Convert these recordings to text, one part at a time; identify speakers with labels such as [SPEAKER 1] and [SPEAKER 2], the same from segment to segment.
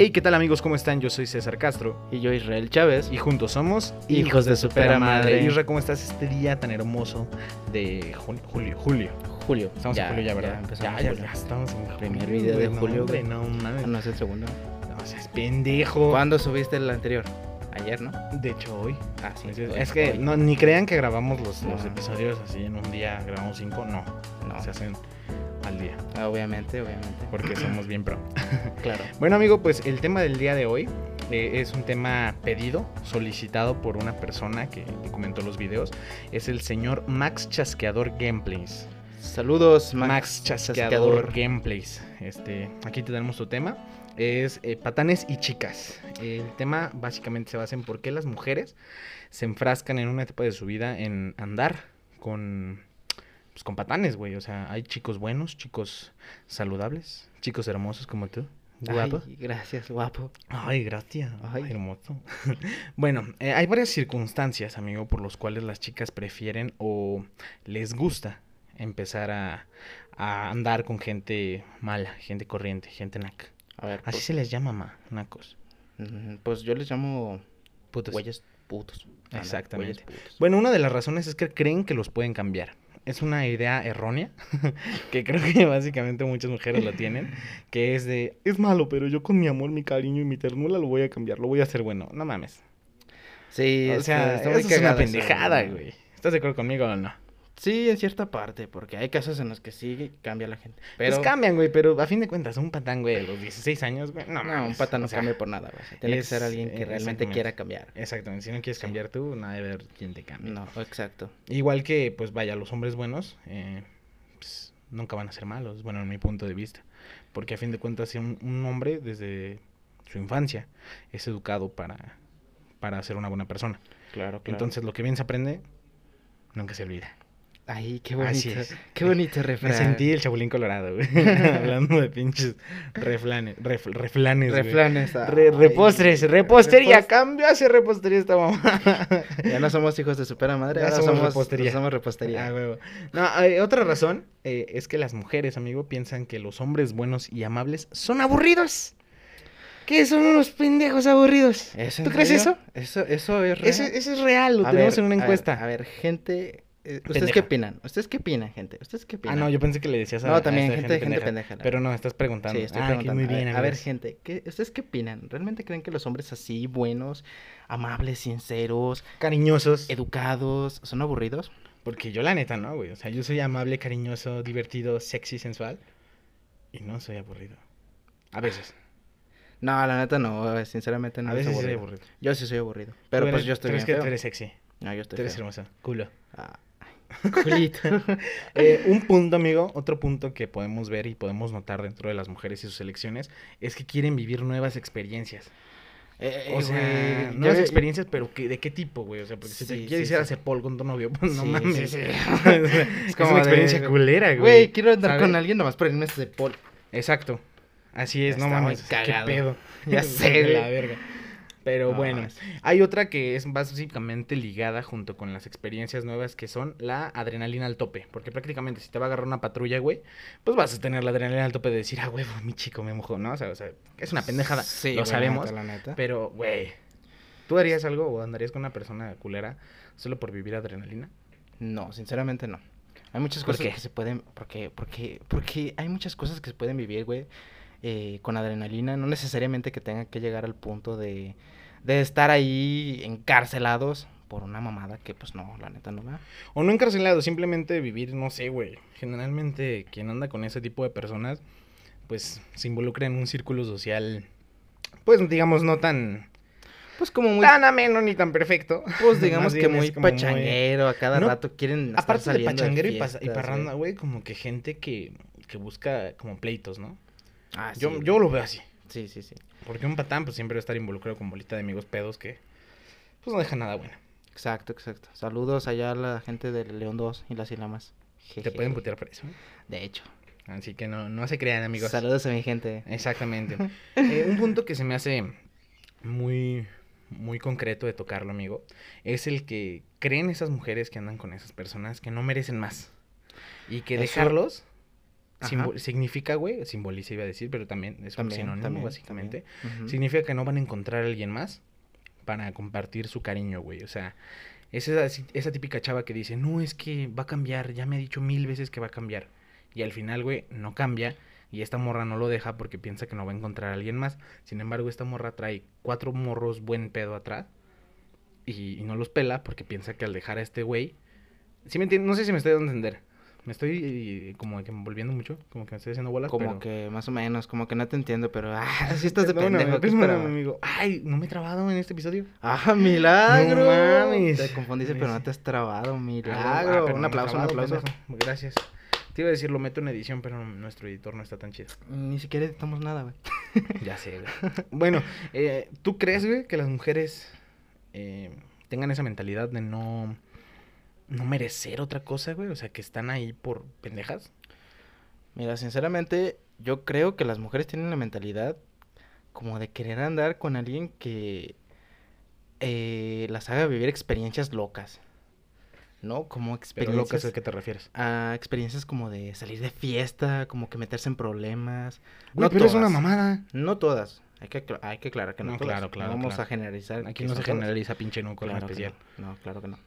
[SPEAKER 1] Hey, ¿qué tal amigos? ¿Cómo están? Yo soy César Castro
[SPEAKER 2] Y yo, Israel Chávez.
[SPEAKER 1] y juntos somos
[SPEAKER 2] Hijos de su pera madre.
[SPEAKER 1] Isra, ¿cómo estás este día tan hermoso de jun- julio? Julio.
[SPEAKER 2] Julio.
[SPEAKER 1] Estamos en julio ya, ¿verdad?
[SPEAKER 2] empezamos
[SPEAKER 1] ya,
[SPEAKER 2] julio.
[SPEAKER 1] ya estamos en julio.
[SPEAKER 2] Primer video de
[SPEAKER 1] güey, no,
[SPEAKER 2] julio,
[SPEAKER 1] hombre,
[SPEAKER 2] güey.
[SPEAKER 1] no mames.
[SPEAKER 2] Ah, No es el segundo.
[SPEAKER 1] No seas pendejo.
[SPEAKER 2] ¿Cuándo subiste el anterior? Ayer, ¿no?
[SPEAKER 1] De hecho, hoy.
[SPEAKER 2] Ah, sí.
[SPEAKER 1] Es,
[SPEAKER 2] hoy,
[SPEAKER 1] es que
[SPEAKER 2] hoy.
[SPEAKER 1] no, ni crean que grabamos los, los
[SPEAKER 2] No.
[SPEAKER 1] episodios así en un día, grabamos cinco. No,
[SPEAKER 2] No,
[SPEAKER 1] se hacen al día
[SPEAKER 2] Obviamente, obviamente.
[SPEAKER 1] porque somos bien pro.
[SPEAKER 2] Claro.
[SPEAKER 1] Bueno, amigo, pues el tema del día de hoy eh, es un tema pedido, solicitado por una persona que te comentó los videos. Es el señor Max Chasqueador Gameplays.
[SPEAKER 2] Saludos,
[SPEAKER 1] Max,
[SPEAKER 2] Max.
[SPEAKER 1] Chasqueador,
[SPEAKER 2] Chasqueador.
[SPEAKER 1] Gameplays. Este, aquí te tenemos tu tema. Es eh, patanes y chicas. El tema básicamente se basa en por qué las mujeres se enfrascan en una etapa de su vida en andar con, pues, con patanes, güey. O sea, hay chicos buenos, chicos saludables, chicos hermosos como tú. Guapos.
[SPEAKER 2] Ay, gracias, guapo.
[SPEAKER 1] Ay, gracias.
[SPEAKER 2] Ay.
[SPEAKER 1] Ay, hermoso. bueno, eh, hay varias circunstancias, amigo, por las cuales las chicas prefieren o les gusta empezar a, a andar con gente mala, gente corriente, gente naca.
[SPEAKER 2] A ver,
[SPEAKER 1] Así
[SPEAKER 2] pues,
[SPEAKER 1] se les llama, ma, nacos.
[SPEAKER 2] mm, pues yo les llamo
[SPEAKER 1] Putos.
[SPEAKER 2] güeyes putos. Ándale,
[SPEAKER 1] Exactamente.
[SPEAKER 2] güeyes putos.
[SPEAKER 1] Bueno, una de las razones es que creen que los pueden cambiar. Es una idea errónea, que creo que básicamente muchas mujeres la tienen, que es de, es malo, pero yo con mi amor, mi cariño y mi ternura lo voy a cambiar, lo voy a hacer bueno. No mames.
[SPEAKER 2] Sí,
[SPEAKER 1] o sea,
[SPEAKER 2] está- está muy
[SPEAKER 1] eso es una
[SPEAKER 2] cagado eso,
[SPEAKER 1] pendejada, güey. ¿Estás de acuerdo conmigo o no?
[SPEAKER 2] Sí, en cierta parte, porque hay casos en los que sí cambia la gente. Pero
[SPEAKER 1] Pues cambian, güey, pero a fin de cuentas, un patán, güey, de los 16 años, güey, no,
[SPEAKER 2] no, un
[SPEAKER 1] mames,
[SPEAKER 2] pata no
[SPEAKER 1] o sea,
[SPEAKER 2] cambia por nada, güey. Tiene que
[SPEAKER 1] es-
[SPEAKER 2] ser alguien que
[SPEAKER 1] eh,
[SPEAKER 2] realmente
[SPEAKER 1] exactamente.
[SPEAKER 2] quiera cambiar.
[SPEAKER 1] Exactamente, si no quieres
[SPEAKER 2] Sí.
[SPEAKER 1] cambiar tú, nada de ver quién te cambia.
[SPEAKER 2] No, exacto.
[SPEAKER 1] Igual que, pues vaya, los hombres buenos eh, pues, nunca van a ser malos, bueno, en mi punto de vista. Porque a fin de cuentas, un, un hombre desde su infancia es educado para, para ser una buena persona.
[SPEAKER 2] Claro, claro.
[SPEAKER 1] Entonces, lo que bien se aprende, nunca se olvida.
[SPEAKER 2] Ay, qué
[SPEAKER 1] Así
[SPEAKER 2] bonito.
[SPEAKER 1] es.
[SPEAKER 2] Qué bonito
[SPEAKER 1] Me
[SPEAKER 2] refrán.
[SPEAKER 1] sentí el chapulín colorado, güey. Hablando de pinches reflanes, ref- reflanes, güey.
[SPEAKER 2] Refranes.
[SPEAKER 1] Re-
[SPEAKER 2] ay.
[SPEAKER 1] repostres, repostería,
[SPEAKER 2] Repos-
[SPEAKER 1] cambio hace repostería esta mamá.
[SPEAKER 2] Ya no somos hijos de supera madre,
[SPEAKER 1] Ya
[SPEAKER 2] ahora
[SPEAKER 1] somos
[SPEAKER 2] somos
[SPEAKER 1] repostería.
[SPEAKER 2] somos repostería.
[SPEAKER 1] Ah, huevo. No, eh, otra razón eh, es que las mujeres, amigo, piensan que los hombres buenos y amables son aburridos. Que son unos pendejos aburridos.
[SPEAKER 2] ¿Es en
[SPEAKER 1] ¿Tú crees
[SPEAKER 2] serio? Eso, eso es real.
[SPEAKER 1] Eso, eso es real, lo
[SPEAKER 2] A
[SPEAKER 1] tenemos
[SPEAKER 2] ver,
[SPEAKER 1] en una
[SPEAKER 2] a ver,
[SPEAKER 1] encuesta. Ah,
[SPEAKER 2] A ver, gente. eh, ¿Ustedes
[SPEAKER 1] Pendeja.
[SPEAKER 2] qué opinan? ¿Ustedes qué opinan, gente? ¿Ustedes qué
[SPEAKER 1] ah,
[SPEAKER 2] opinan?
[SPEAKER 1] no, yo pensé que le decías a
[SPEAKER 2] No,
[SPEAKER 1] a
[SPEAKER 2] también,
[SPEAKER 1] esta
[SPEAKER 2] gente- gente pendeja, la
[SPEAKER 1] Pero no, estás preguntando.
[SPEAKER 2] Sí, estoy
[SPEAKER 1] Ah, qué
[SPEAKER 2] preguntando.
[SPEAKER 1] muy
[SPEAKER 2] A ver,
[SPEAKER 1] bien,
[SPEAKER 2] a, ver,
[SPEAKER 1] amigos.
[SPEAKER 2] gente, ¿qué, ¿ustedes qué opinan? ¿Realmente creen que los hombres así, buenos, amables, sinceros,
[SPEAKER 1] Cariñosos.
[SPEAKER 2] educados, son aburridos?
[SPEAKER 1] Porque yo la neta, ¿no, güey? O sea, yo soy amable, cariñoso, divertido, sexy, sensual. Y no soy aburrido. A veces.
[SPEAKER 2] No, la neta no, eh, sinceramente no
[SPEAKER 1] a
[SPEAKER 2] es
[SPEAKER 1] veces sí Ah, soy
[SPEAKER 2] aburrido.
[SPEAKER 1] aburrido.
[SPEAKER 2] Yo sí soy aburrido,
[SPEAKER 1] Tú
[SPEAKER 2] pero pues
[SPEAKER 1] eres-
[SPEAKER 2] yo estoy
[SPEAKER 1] tú
[SPEAKER 2] bien
[SPEAKER 1] eres que
[SPEAKER 2] feo.
[SPEAKER 1] tú eres sexy.
[SPEAKER 2] No, yo estoy
[SPEAKER 1] Tú eres
[SPEAKER 2] feo.
[SPEAKER 1] hermosa. Culo.
[SPEAKER 2] Ah, ay, culito.
[SPEAKER 1] Eh, un punto, amigo, otro punto que podemos ver y podemos notar dentro de las mujeres y sus elecciones es que quieren vivir nuevas experiencias.
[SPEAKER 2] Eh,
[SPEAKER 1] O sea,
[SPEAKER 2] güey,
[SPEAKER 1] nuevas
[SPEAKER 2] yo-
[SPEAKER 1] experiencias, pero ¿qué- ¿de qué tipo, güey? O sea, porque si te
[SPEAKER 2] Sí,
[SPEAKER 1] quieres
[SPEAKER 2] sí,
[SPEAKER 1] ir a
[SPEAKER 2] sí.
[SPEAKER 1] Cepol con tu novio, pues no
[SPEAKER 2] Sí, sí,
[SPEAKER 1] mames.
[SPEAKER 2] sí.
[SPEAKER 1] O sea, es,
[SPEAKER 2] como
[SPEAKER 1] una
[SPEAKER 2] de-
[SPEAKER 1] experiencia culera, güey.
[SPEAKER 2] Güey, quiero andar
[SPEAKER 1] ¿sabes?
[SPEAKER 2] con alguien nomás por irme de pol.
[SPEAKER 1] Exacto. Así es, no
[SPEAKER 2] Está muy
[SPEAKER 1] mames. Qué
[SPEAKER 2] cagado.
[SPEAKER 1] pedo.
[SPEAKER 2] Ya sé,
[SPEAKER 1] De
[SPEAKER 2] güey.
[SPEAKER 1] la verga. Pero
[SPEAKER 2] No,
[SPEAKER 1] bueno,
[SPEAKER 2] es-
[SPEAKER 1] hay otra que es básicamente ligada junto con las experiencias nuevas que son la adrenalina al tope. Porque prácticamente si te va a agarrar una patrulla, güey, pues vas a tener la adrenalina al tope de decir, ah, huevo, mi chico me mojó, ¿no? O sea, o sea, es una pendejada,
[SPEAKER 2] Sí,
[SPEAKER 1] lo
[SPEAKER 2] güey, la
[SPEAKER 1] sabemos.
[SPEAKER 2] neta, la neta.
[SPEAKER 1] Pero, güey, ¿tú harías algo o andarías con una persona culera solo por vivir adrenalina?
[SPEAKER 2] No, sinceramente no. Hay muchas
[SPEAKER 1] ¿Por
[SPEAKER 2] cosas
[SPEAKER 1] qué?
[SPEAKER 2] que se pueden, porque, porque, porque hay muchas cosas que se pueden vivir, güey, eh, con adrenalina, no necesariamente que tengan que llegar al punto de, de estar ahí encarcelados por una mamada que, pues, no, la neta no va.
[SPEAKER 1] O no encarcelado, simplemente vivir, no sé, güey. Generalmente quien anda con ese tipo de personas, pues se involucra en un círculo social, pues digamos, no tan,
[SPEAKER 2] Pues como muy,
[SPEAKER 1] tan ameno ni tan perfecto.
[SPEAKER 2] pues digamos
[SPEAKER 1] más
[SPEAKER 2] que
[SPEAKER 1] bien es
[SPEAKER 2] muy
[SPEAKER 1] como muy-
[SPEAKER 2] pachanguero, a cada
[SPEAKER 1] No,
[SPEAKER 2] rato quieren estar
[SPEAKER 1] Aparte de
[SPEAKER 2] saliendo
[SPEAKER 1] pachanguero y, pas- y
[SPEAKER 2] fiestas,
[SPEAKER 1] parranda, güey, como que gente que, que busca como pleitos, ¿no?
[SPEAKER 2] Ah, sí,
[SPEAKER 1] yo,
[SPEAKER 2] güey.
[SPEAKER 1] yo lo veo así.
[SPEAKER 2] Sí, sí, sí.
[SPEAKER 1] Porque un patán, pues siempre va a estar involucrado con bolita de amigos pedos que, pues no deja nada bueno.
[SPEAKER 2] Exacto, exacto. Saludos allá a la gente de León 2 y las Ilamas.
[SPEAKER 1] Te pueden putear por eso. ¿eh?
[SPEAKER 2] De hecho.
[SPEAKER 1] Así que no, no se crean, amigos.
[SPEAKER 2] Saludos a mi gente.
[SPEAKER 1] Exactamente. Eh, un punto que se me hace muy, muy concreto de tocarlo, amigo, es el que creen esas mujeres que andan con esas personas que no merecen más. Y que
[SPEAKER 2] Eso-
[SPEAKER 1] dejarlos simbo- significa, güey, simboliza iba a decir, pero también es un
[SPEAKER 2] También,
[SPEAKER 1] sinónimo,
[SPEAKER 2] también,
[SPEAKER 1] básicamente.
[SPEAKER 2] también. Ujú.
[SPEAKER 1] Significa que no van a encontrar a alguien más para compartir su cariño, güey. O sea, es esa, si- esa típica chava que dice, no, es que va a cambiar, ya me ha dicho mil veces que va a cambiar. Y al final, güey, no cambia. Y esta morra no lo deja porque piensa que no va a encontrar a alguien más. Sin embargo, esta morra trae cuatro morros buen pedo atrás. Y, y no los pela porque piensa que al dejar a este güey... ¿Sí me entiendes? No sé si me estoy dando a entender. Me estoy eh, como que envolviendo mucho. Como que me estoy haciendo bolas,
[SPEAKER 2] Como
[SPEAKER 1] pero-
[SPEAKER 2] que más o menos, como que no te entiendo, pero ah, así estás de
[SPEAKER 1] Perdóname,
[SPEAKER 2] pendejo. ¿qué
[SPEAKER 1] perdóname,
[SPEAKER 2] esperaba?
[SPEAKER 1] amigo. Ay, no me he trabado en este episodio.
[SPEAKER 2] ¡Ah, milagro!
[SPEAKER 1] No mames.
[SPEAKER 2] Te confundiste, pero no te has trabado,
[SPEAKER 1] Ah,
[SPEAKER 2] milagro.
[SPEAKER 1] pero
[SPEAKER 2] un
[SPEAKER 1] no me he
[SPEAKER 2] aplauso, un
[SPEAKER 1] trabado,
[SPEAKER 2] aplauso.
[SPEAKER 1] pendejo. Gracias. Te iba a decir, lo meto en edición, pero nuestro editor no está tan chido.
[SPEAKER 2] Ni siquiera editamos nada, güey.
[SPEAKER 1] Ya sé, güey. Bueno, eh, ¿tú crees, güey, que las mujeres eh, tengan esa mentalidad de no, no merecer otra cosa, güey? O sea, que están ahí por pendejas.
[SPEAKER 2] Mira, sinceramente, yo creo que las mujeres tienen la mentalidad como de querer andar con alguien que eh, las haga vivir experiencias locas. ¿No? Como
[SPEAKER 1] Pero locas,
[SPEAKER 2] experiencias.
[SPEAKER 1] ¿a qué te refieres?
[SPEAKER 2] A experiencias como de salir de fiesta, como que meterse en problemas.
[SPEAKER 1] Güey,
[SPEAKER 2] no
[SPEAKER 1] pero es una
[SPEAKER 2] todas.
[SPEAKER 1] mamada.
[SPEAKER 2] No todas. Hay que, acla- hay que aclarar que no,
[SPEAKER 1] No,
[SPEAKER 2] todas.
[SPEAKER 1] claro, claro,
[SPEAKER 2] No vamos
[SPEAKER 1] claro.
[SPEAKER 2] a generalizar.
[SPEAKER 1] Aquí
[SPEAKER 2] que
[SPEAKER 1] no se
[SPEAKER 2] son todas.
[SPEAKER 1] generaliza pinche nuco en
[SPEAKER 2] Claro que
[SPEAKER 1] especial.
[SPEAKER 2] no. no, claro que no.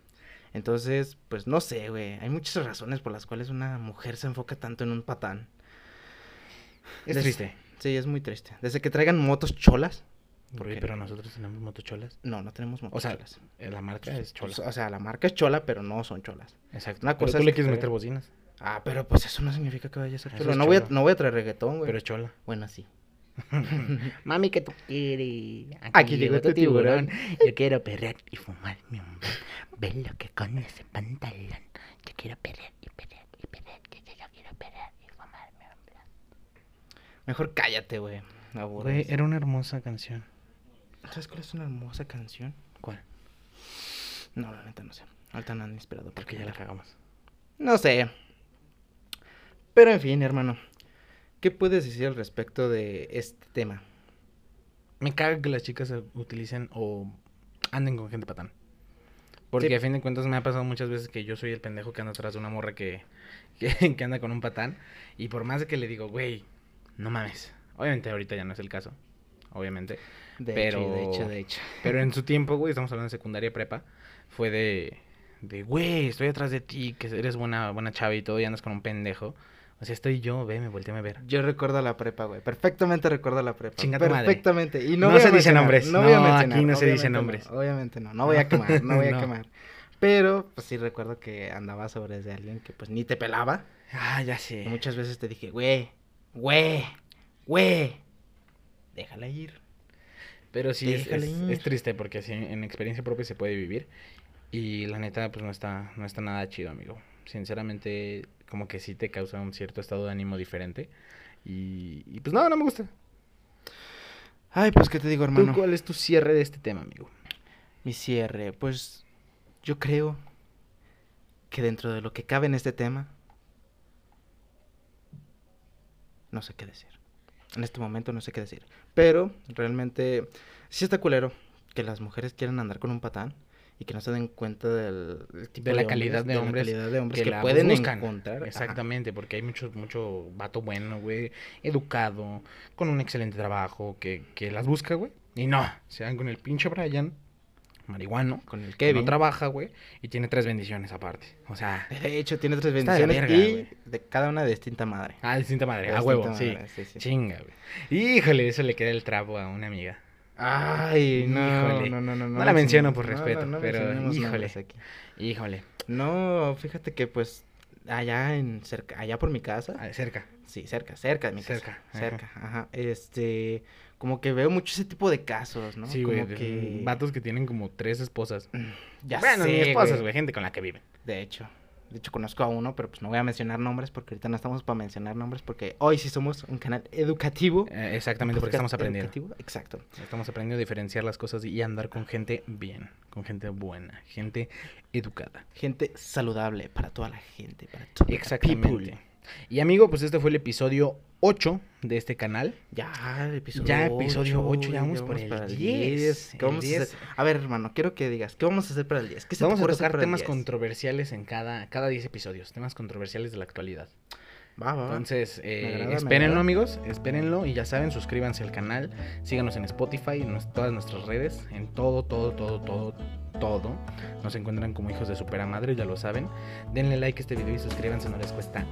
[SPEAKER 2] Entonces, pues no sé, güey. Hay muchas razones por las cuales una mujer se enfoca tanto en un patán.
[SPEAKER 1] Es
[SPEAKER 2] Des-
[SPEAKER 1] triste.
[SPEAKER 2] Sí, es muy triste. Desde que traigan motos cholas.
[SPEAKER 1] Güey,
[SPEAKER 2] qué?
[SPEAKER 1] pero nosotros tenemos motocholas.
[SPEAKER 2] No, no tenemos motos
[SPEAKER 1] O sea,
[SPEAKER 2] cholas.
[SPEAKER 1] eh, la marca es chola.
[SPEAKER 2] O sea, la marca es chola, pero no son cholas.
[SPEAKER 1] Exacto.
[SPEAKER 2] Una
[SPEAKER 1] Pero
[SPEAKER 2] cosa
[SPEAKER 1] tú
[SPEAKER 2] es
[SPEAKER 1] le
[SPEAKER 2] que
[SPEAKER 1] quieres
[SPEAKER 2] traiga-
[SPEAKER 1] meter bocinas,
[SPEAKER 2] Ah, pero pues eso no significa que vaya a ser
[SPEAKER 1] Eso
[SPEAKER 2] chola.
[SPEAKER 1] es
[SPEAKER 2] No voy, a,
[SPEAKER 1] chola.
[SPEAKER 2] no voy a traer reggaetón, güey.
[SPEAKER 1] pero es chola.
[SPEAKER 2] Bueno, sí.
[SPEAKER 1] Mami, que tú quieres? Aquí, este
[SPEAKER 2] llegó tu tiburón.
[SPEAKER 1] Yo quiero perrear y fumar mi hombre. Ves lo que con ese pantalón. Yo quiero perrear y perrear y perrear. Yo, yo- yo quiero perrear y fumar mi hombre.
[SPEAKER 2] Mejor cállate, güey. Me
[SPEAKER 1] Güey,
[SPEAKER 2] aburres.
[SPEAKER 1] era una hermosa canción.
[SPEAKER 2] ¿Sabes cuál es una hermosa canción?
[SPEAKER 1] ¿Cuál?
[SPEAKER 2] No, la neta no sé. Ahorita no han inspirado.
[SPEAKER 1] Porque ya la cagamos.
[SPEAKER 2] No sé. Pero en fin, hermano. ¿Qué puedes decir al respecto de este tema?
[SPEAKER 1] Me caga que las chicas utilicen o anden con gente patán. Porque
[SPEAKER 2] Sí.
[SPEAKER 1] a fin de cuentas me ha pasado muchas veces que yo soy el pendejo que anda atrás de una morra que, que, que anda con un patán. Y por más de que le digo, güey, no mames. Obviamente ahorita ya no es el caso. Obviamente.
[SPEAKER 2] De hecho,
[SPEAKER 1] Pero-
[SPEAKER 2] de hecho, de hecho.
[SPEAKER 1] Pero en su tiempo, güey, estamos hablando de secundaria y prepa, fue de, de, güey, estoy atrás de ti, que eres buena, buena chava y todo, y andas con un pendejo. O sea, estoy yo, ve, me volteé a ver.
[SPEAKER 2] Yo recuerdo la prepa, güey. Perfectamente recuerdo la prepa.
[SPEAKER 1] Chinga tu madre.
[SPEAKER 2] Perfectamente. Y
[SPEAKER 1] No
[SPEAKER 2] no, voy a
[SPEAKER 1] se dicen
[SPEAKER 2] mencionar,
[SPEAKER 1] nombres.
[SPEAKER 2] voy a
[SPEAKER 1] No,
[SPEAKER 2] mencionar,
[SPEAKER 1] aquí no se dicen
[SPEAKER 2] obviamente
[SPEAKER 1] nombres.
[SPEAKER 2] no, obviamente no. No voy a quemar, no voy a
[SPEAKER 1] No.
[SPEAKER 2] quemar. Pero, pues sí recuerdo que andaba sobre de alguien que pues ni te pelaba.
[SPEAKER 1] Ah, ya
[SPEAKER 2] Y
[SPEAKER 1] sé.
[SPEAKER 2] muchas veces te dije, güey, güey, güey. Déjala ir.
[SPEAKER 1] Pero sí, es,
[SPEAKER 2] Déjala
[SPEAKER 1] es-
[SPEAKER 2] ir.
[SPEAKER 1] es triste porque así en experiencia propia se puede vivir. Y la neta, pues no está, no está nada chido, amigo. Sinceramente, como que sí te causa un cierto estado de ánimo diferente. Y, y pues nada, no me gusta.
[SPEAKER 2] Ay, pues qué te digo, hermano.
[SPEAKER 1] ¿Tú cuál es tu cierre de este tema, amigo?
[SPEAKER 2] Mi cierre, pues yo creo que dentro de lo que cabe en este tema, no sé qué decir. En este momento no sé qué decir. Pero realmente sí está culero que las mujeres quieran andar con un patán y que no se den cuenta del, del tipo
[SPEAKER 1] la calidad de
[SPEAKER 2] la
[SPEAKER 1] hombres
[SPEAKER 2] calidad de hombres
[SPEAKER 1] que,
[SPEAKER 2] que,
[SPEAKER 1] la
[SPEAKER 2] pueden
[SPEAKER 1] buscan.
[SPEAKER 2] encontrar. Ajá.
[SPEAKER 1] Exactamente, porque hay mucho, mucho vato bueno, güey, educado, con un excelente trabajo, que, que las busca, güey. Y no, se dan con el pinche Brian, marihuano,
[SPEAKER 2] Con el
[SPEAKER 1] que
[SPEAKER 2] Kevin.
[SPEAKER 1] no trabaja, güey, y tiene tres bendiciones aparte. O sea,
[SPEAKER 2] de hecho, tiene tres
[SPEAKER 1] Está de
[SPEAKER 2] bendiciones
[SPEAKER 1] verga,
[SPEAKER 2] y
[SPEAKER 1] güey.
[SPEAKER 2] de cada una distinta madre.
[SPEAKER 1] ah, distinta madre,
[SPEAKER 2] De
[SPEAKER 1] a
[SPEAKER 2] distinta
[SPEAKER 1] huevo, sí.
[SPEAKER 2] madre, sí, sí.
[SPEAKER 1] Chinga, güey. Híjole, eso le queda el trapo a una amiga.
[SPEAKER 2] Ay, no,
[SPEAKER 1] Híjole.
[SPEAKER 2] no, no, no,
[SPEAKER 1] No la menciono por
[SPEAKER 2] no, no,
[SPEAKER 1] respeto, pero
[SPEAKER 2] mencionemos
[SPEAKER 1] híjole.
[SPEAKER 2] nombres aquí.
[SPEAKER 1] Híjole,
[SPEAKER 2] No, fíjate que pues allá en cerca, allá por mi casa,
[SPEAKER 1] ah, cerca.
[SPEAKER 2] sí, cerca, cerca de mi
[SPEAKER 1] Cerca,
[SPEAKER 2] casa,
[SPEAKER 1] ajá.
[SPEAKER 2] cerca, ajá, este, como que veo mucho ese tipo de casos, ¿no?
[SPEAKER 1] Sí, güey,
[SPEAKER 2] como
[SPEAKER 1] de-
[SPEAKER 2] que
[SPEAKER 1] vatos que tienen como tres esposas.
[SPEAKER 2] ya
[SPEAKER 1] bueno, ni
[SPEAKER 2] sé,
[SPEAKER 1] esposas, güey, gente con la que viven.
[SPEAKER 2] De hecho, de hecho conozco a uno, pero pues no voy a mencionar nombres porque ahorita no estamos para mencionar nombres porque hoy sí somos un canal educativo.
[SPEAKER 1] Eh, exactamente, porque
[SPEAKER 2] podcast
[SPEAKER 1] estamos aprendiendo.
[SPEAKER 2] educativo, Exacto.
[SPEAKER 1] Estamos aprendiendo a diferenciar las cosas y andar con gente bien, con gente buena, gente educada.
[SPEAKER 2] Gente saludable para toda la gente, para toda la people.
[SPEAKER 1] Exactamente. Y amigo, pues este fue el episodio 8 de este canal.
[SPEAKER 2] Ya, el episodio
[SPEAKER 1] Ya, episodio
[SPEAKER 2] ocho,
[SPEAKER 1] ocho, ya vamos por el
[SPEAKER 2] para
[SPEAKER 1] 10,
[SPEAKER 2] ¿Qué
[SPEAKER 1] el
[SPEAKER 2] vamos a
[SPEAKER 1] 10.
[SPEAKER 2] hacer? A ver, hermano, quiero que digas, ¿qué vamos a hacer para el 10? ¿Qué se te
[SPEAKER 1] Vamos a
[SPEAKER 2] ocurre hacer
[SPEAKER 1] tocar
[SPEAKER 2] para el
[SPEAKER 1] temas
[SPEAKER 2] 10?
[SPEAKER 1] controversiales en cada, cada 10 episodios, temas controversiales de la actualidad.
[SPEAKER 2] Va, va, va.
[SPEAKER 1] Entonces, eh,
[SPEAKER 2] agrada, Ah, me
[SPEAKER 1] espérenlo,
[SPEAKER 2] agrada.
[SPEAKER 1] amigos, espérenlo. Y ya saben, suscríbanse al canal, síganos en Spotify, en nos- todas nuestras redes, en todo, todo, todo, todo, todo. Nos encuentran como hijos de supera madre, ya lo saben. Denle like a este video y suscríbanse, no les cuesta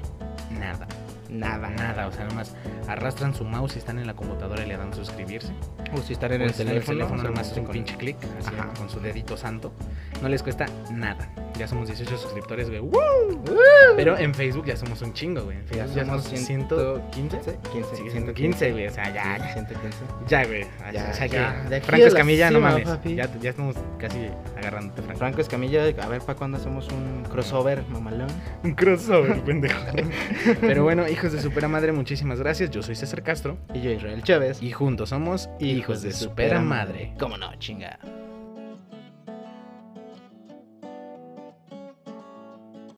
[SPEAKER 1] nada,
[SPEAKER 2] Nada.
[SPEAKER 1] nada. O sea, nomás arrastran su mouse y están en la computadora y le dan suscribirse.
[SPEAKER 2] O si estar en
[SPEAKER 1] O
[SPEAKER 2] el
[SPEAKER 1] si están en
[SPEAKER 2] teléfono, o sea,
[SPEAKER 1] nada más
[SPEAKER 2] con-
[SPEAKER 1] un pinche clic, así,
[SPEAKER 2] Ajá.
[SPEAKER 1] con su dedito santo. No les cuesta nada. Ya somos 18 suscriptores, güey. ¡Woo! Pero en Facebook ya somos un chingo, güey. En
[SPEAKER 2] Ya
[SPEAKER 1] Facebook ya somos
[SPEAKER 2] somos
[SPEAKER 1] 115.
[SPEAKER 2] 15,
[SPEAKER 1] Sí,
[SPEAKER 2] 115,
[SPEAKER 1] 115, güey. O sea, ya, ya,
[SPEAKER 2] 115.
[SPEAKER 1] ya, güey.
[SPEAKER 2] Ya,
[SPEAKER 1] o sea,
[SPEAKER 2] ya.
[SPEAKER 1] ya.
[SPEAKER 2] De aquí
[SPEAKER 1] Franco
[SPEAKER 2] a la
[SPEAKER 1] Escamilla, no
[SPEAKER 2] cima,
[SPEAKER 1] mames.
[SPEAKER 2] papi.
[SPEAKER 1] Ya, ya estamos casi agarrándote, Franco.
[SPEAKER 2] Franco Escamilla, a ver para cuándo hacemos un crossover, mamalón.
[SPEAKER 1] Un crossover, pendejo. Pero bueno, hijos de supera madre, muchísimas gracias. Yo soy César Castro.
[SPEAKER 2] Y yo, Israel Chávez.
[SPEAKER 1] Y juntos somos hijos de supera madre.
[SPEAKER 2] ¿Cómo no, chinga?